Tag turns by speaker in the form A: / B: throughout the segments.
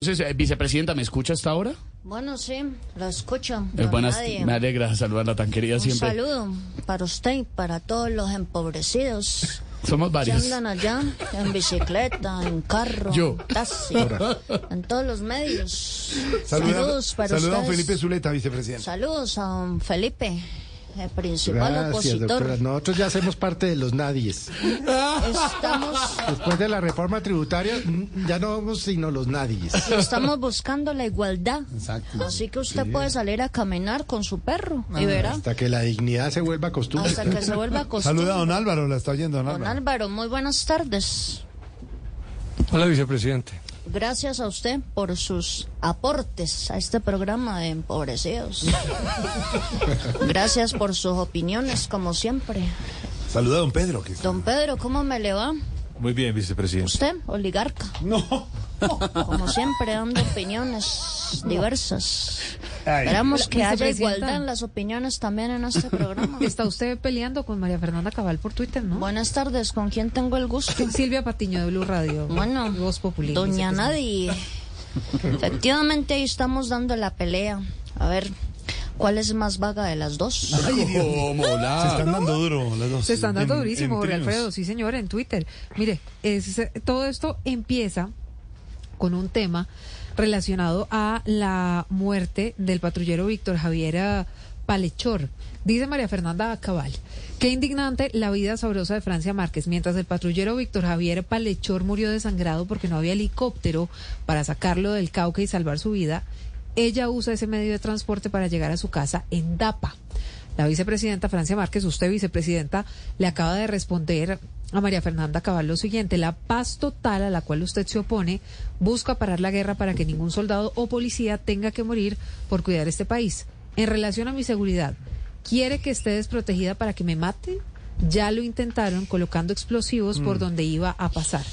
A: Entonces, eh, vicepresidenta, ¿me escucha hasta ahora?
B: Bueno, sí, la escucho.
A: Eh,
B: don
A: buenas-
B: Eladio.
A: me alegra saludarla tan querida
B: Un
A: siempre.
B: saludo para usted y para todos los empobrecidos
A: Somos
B: que
A: varios.
B: andan allá en bicicleta, en carro,
A: Yo.
B: en taxi, en todos los medios.
C: Saluda-
B: Saludos para
C: saluda a don
B: ustedes.
C: Felipe Zuleta, vicepresidente.
B: Saludos a don Felipe, el principal opositor.
C: doctora. Nosotros ya hacemos parte de los nadies.
B: Estamos,
C: Después de la reforma tributaria, mm, ya no vamos sino los nadies.
B: estamos buscando la igualdad.
C: Exacto.
B: Así que usted
C: Sí.
B: puede salir a caminar con su perro
A: Ah,
B: Ah, y verá.
C: Hasta que la dignidad se vuelva costumbre.
B: Hasta que se vuelva a
D: Saluda a don Álvaro, la está oyendo don
B: Don
D: Álvaro.
B: Álvaro, muy buenas tardes.
E: Hola, vicepresidente.
B: Gracias a usted por sus aportes a este programa de empobrecidos. Gracias por sus opiniones, como siempre.
D: Saluda a don Pedro. que-
B: Don Pedro, ¿cómo me le va?
D: Muy bien, vicepresidente.
B: Usted, oligarca.
D: No.
B: Como siempre, dando opiniones diversas. Esperamos que
F: La
B: haya
F: vicepresidenta.
B: igualdad en las opiniones también en este programa.
F: Está usted peleando con María Fernanda Cabal por Twitter, ¿no?
B: Buenas tardes, ¿con quién tengo el gusto?
F: Silvia Patiño de Blue Radio.
B: Bueno,
F: Voz Popular.
B: doña Nadie. Efectivamente, ahí estamos dando la pelea. A ver, ¿cuál es más vaga de las dos?
A: ¿Cómo la?
D: Se están dando duro las dos.
F: Se están dando
D: En-
F: durísimo,
D: en
F: Jorge
D: trinos.
F: Alfredo, sí señor, en Twitter. Mire, es, todo esto empieza con un tema relacionado a la muerte del patrullero Víctor Javier ah, Palechor. Dice María Fernanda Cabal, qué indignante la vida sabrosa de Francia Márquez, mientras el patrullero Víctor Javier Palechor murió desangrado porque no había helicóptero para sacarlo del cauque y salvar su vida. Ella usa ese medio de transporte para llegar a su casa en DAPA. La vicepresidenta Francia Márquez, usted vicepresidenta, le acaba de responder a María Fernanda Cabal lo siguiente. La paz total a la cual usted se opone busca parar la guerra para que ningún soldado o policía tenga que morir por cuidar este país. En relación a mi seguridad, ¿quiere que esté desprotegida para que me maten? Ya lo intentaron colocando explosivos por donde iba a pasar.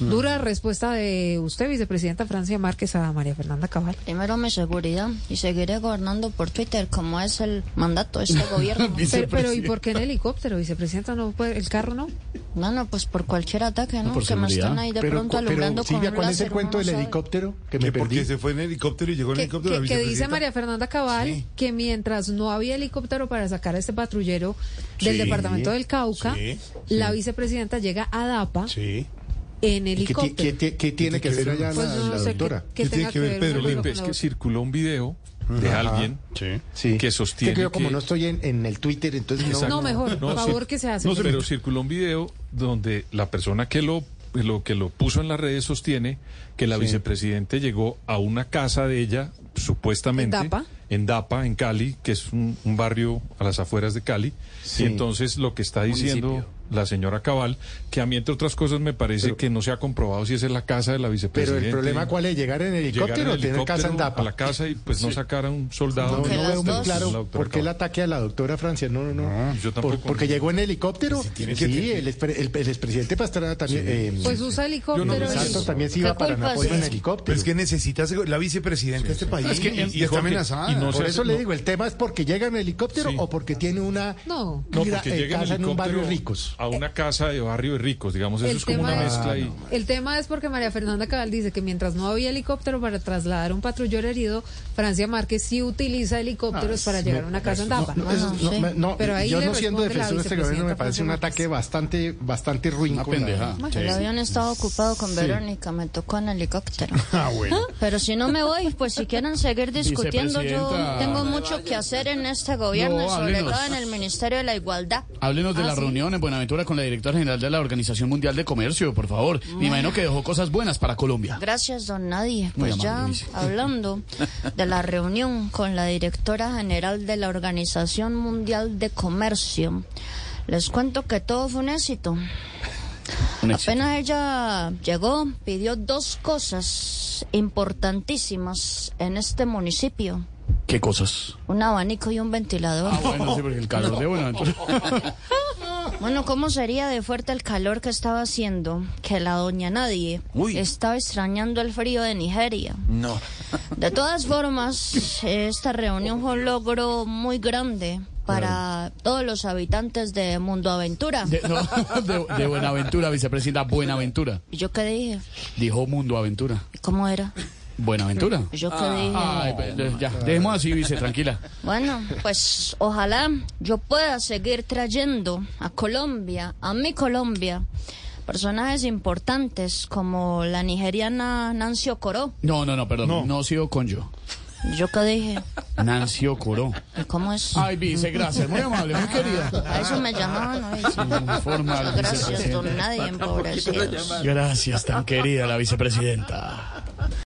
F: Dura respuesta de usted, vicepresidenta Francia Márquez, a María Fernanda Cabal.
B: Primero mi seguridad y seguiré gobernando por Twitter como es el mandato de este gobierno.
F: Pero, pero, ¿y por qué en helicóptero, vicepresidenta? ¿No puede- ¿El carro no?
B: No, no, pues por cualquier ataque, ¿no?
A: por
B: que me
A: seguridad.
B: están ahí de
C: cu-
B: pronto alumbrando con
C: Silvia,
B: un
C: ¿cuál es el
B: láser, uno
C: cuento del
B: no sabe.
C: helicóptero que me
D: Que porque
C: perdí?
D: se fue en helicóptero y llegó en
F: que,
D: helicóptero la
F: que- que dice
D: vicepresidenta.
F: María Fernanda Cabal
D: Sí.
F: que mientras no había helicóptero para sacar a este patrullero del
D: Sí.
F: departamento del Cauca,
D: Sí.
F: la vicepresidenta llega a DAPA
D: Sí.
F: en
C: ¿Y qué, ti-
F: helicóptero.
C: qué ti- qué tiene que ver allá la,
F: Pues yo no
C: la
F: sé qué-
C: doctora?
F: qué
D: ¿Qué
F: tenga
D: tiene que ver Pedro
F: una
D: Limpe?
F: cosa
G: Es
F: con
G: que
F: la
G: circuló un video de
C: Ajá.
G: alguien
C: Sí.
G: que
C: Es
G: sostiene
C: que yo como
G: que-
C: no estoy en, en el Twitter, entonces no...
F: otra. No, mejor, por
G: No,
F: favor,
G: sí.
F: que se hace.
G: No, pero circuló un video donde la persona que lo, lo que lo puso en las redes sostiene que la vicepresidenta llegó a una casa de ella, supuestamente.
F: ¿En Dapa?
G: En Dapa, en Cali, que es un, un barrio a las afueras de Cali.
C: Sí.
G: Y entonces lo que está diciendo
C: Municipio.
G: la señora Cabal, que a mí entre otras cosas me parece que no se ha comprobado si esa es la casa de la
C: Pero
G: vicepresidenta.
C: el problema cuál es, llegar en
G: Llegar
C: helicóptero,
G: en
C: o tener casa en
G: helicóptero
C: Dapa.
G: A la casa y pues no sacar a un soldado.
C: No,
B: Porque
C: no
B: las
C: veo muy
B: dos-
C: claro
G: doctora
C: por qué el
G: Cabal.
C: ataque a la doctora Francia. No, no, no.
G: yo
C: Por-
G: tampoco.
C: porque llegó en helicóptero.
D: Si tiene que
C: sí,
D: tener-
C: el, expre- el, el expresidente Pastrana también. eh,
F: Pues usa helicóptero.
G: Yo no-
F: y-
C: Santos también se
B: ¿Qué
C: iba para
B: culpa
C: Napoli
B: es
C: en
B: esa?
C: helicóptero.
D: Pero es que necesita segu- la vicepresidenta de este país.
G: Es que- y-
D: y, y está
G: Jorge,
D: amenazada.
G: y no
C: por
G: se
C: eso
G: hace-
C: le
G: no.
C: digo, el tema es porque llega en helicóptero
G: Sí.
C: o porque tiene una
F: No.
G: No,
C: gira-
G: porque
C: eh,
G: llega
C: casa en un barrio
G: helicóptero
C: ricos.
G: A una casa de barrio de ricos, digamos, eso
F: El
G: es como
F: tema
G: una
F: es-
G: mezcla. y-
F: El tema es porque María Fernanda Cabal dice que mientras no había helicóptero para trasladar un patrullero herido, Francia Márquez sí utiliza helicópteros para llegar a una casa en Dapa.
C: No, eso- no,
B: sí.
C: me- no,
F: Pero ahí
C: yo
F: le
C: no siendo
F: responde la
C: defensor de este gobierno me
F: vicepresidenta
C: parece un
F: Francia Márquez.
C: ataque bastante, bastante ruin.
A: Una
C: con la-
A: Ah, pendeja.
B: El avión estaba ocupado con Verónica, me tocó en helicóptero.
D: Ah, bueno.
B: Pero si no me voy, pues si quieren seguir discutiendo, yo
A: Vicepresidenta.
B: tengo mucho que hacer en este gobierno
A: No,
B: y sobre
A: háblenos.
B: todo en el Ministerio de la Igualdad.
A: Háblenos de la reunión en Buenaventura con la directora general de la Organización Mundial de Comercio, por favor. Me imagino que dejó cosas buenas para Colombia.
B: Gracias, don Nadie.
A: Muy
B: Pues ya
A: amable, dice.
B: hablando de la reunión con la directora general de la Organización Mundial de Comercio, les cuento que todo fue un éxito.
A: Un éxito.
B: Apenas ella llegó, pidió dos cosas importantísimas en este municipio.
A: ¿Qué cosas?
B: Un abanico y un ventilador.
A: Ah, bueno, sí, porque el calor de Buenaventura.
B: Bueno, ¿cómo sería de fuerte el calor que estaba haciendo? Que la doña Nadie estaba extrañando el frío de Nigeria. No. De todas formas, esta reunión fue un logro muy grande para todos los habitantes de Mundo Aventura.
A: De, no, de- de Buenaventura, vicepresidenta Buenaventura.
B: ¿Y yo qué dije?
A: Dijo Mundo Aventura.
B: ¿Cómo era?
A: Buenaventura.
B: Yo qué dije.
A: Ay, pues, ya, dejemos así, vice, tranquila.
B: Bueno, pues ojalá yo pueda seguir trayendo a Colombia, a mi Colombia, personajes importantes como la nigeriana Nancy Ocoró.
A: No, no, no, perdón.
D: No.
A: No sigo con yo.
B: Yo qué dije.
A: Nancy Ocoró.
B: ¿Y ¿Cómo es?
A: Ay, vice, gracias. Muy amable, muy querida.
B: A eso me llamaban hoy.
A: Informal,
B: Gracias,
A: vicepresidenta.
B: don nadie, empobrecidos.
A: Gracias, tan querida la vicepresidenta.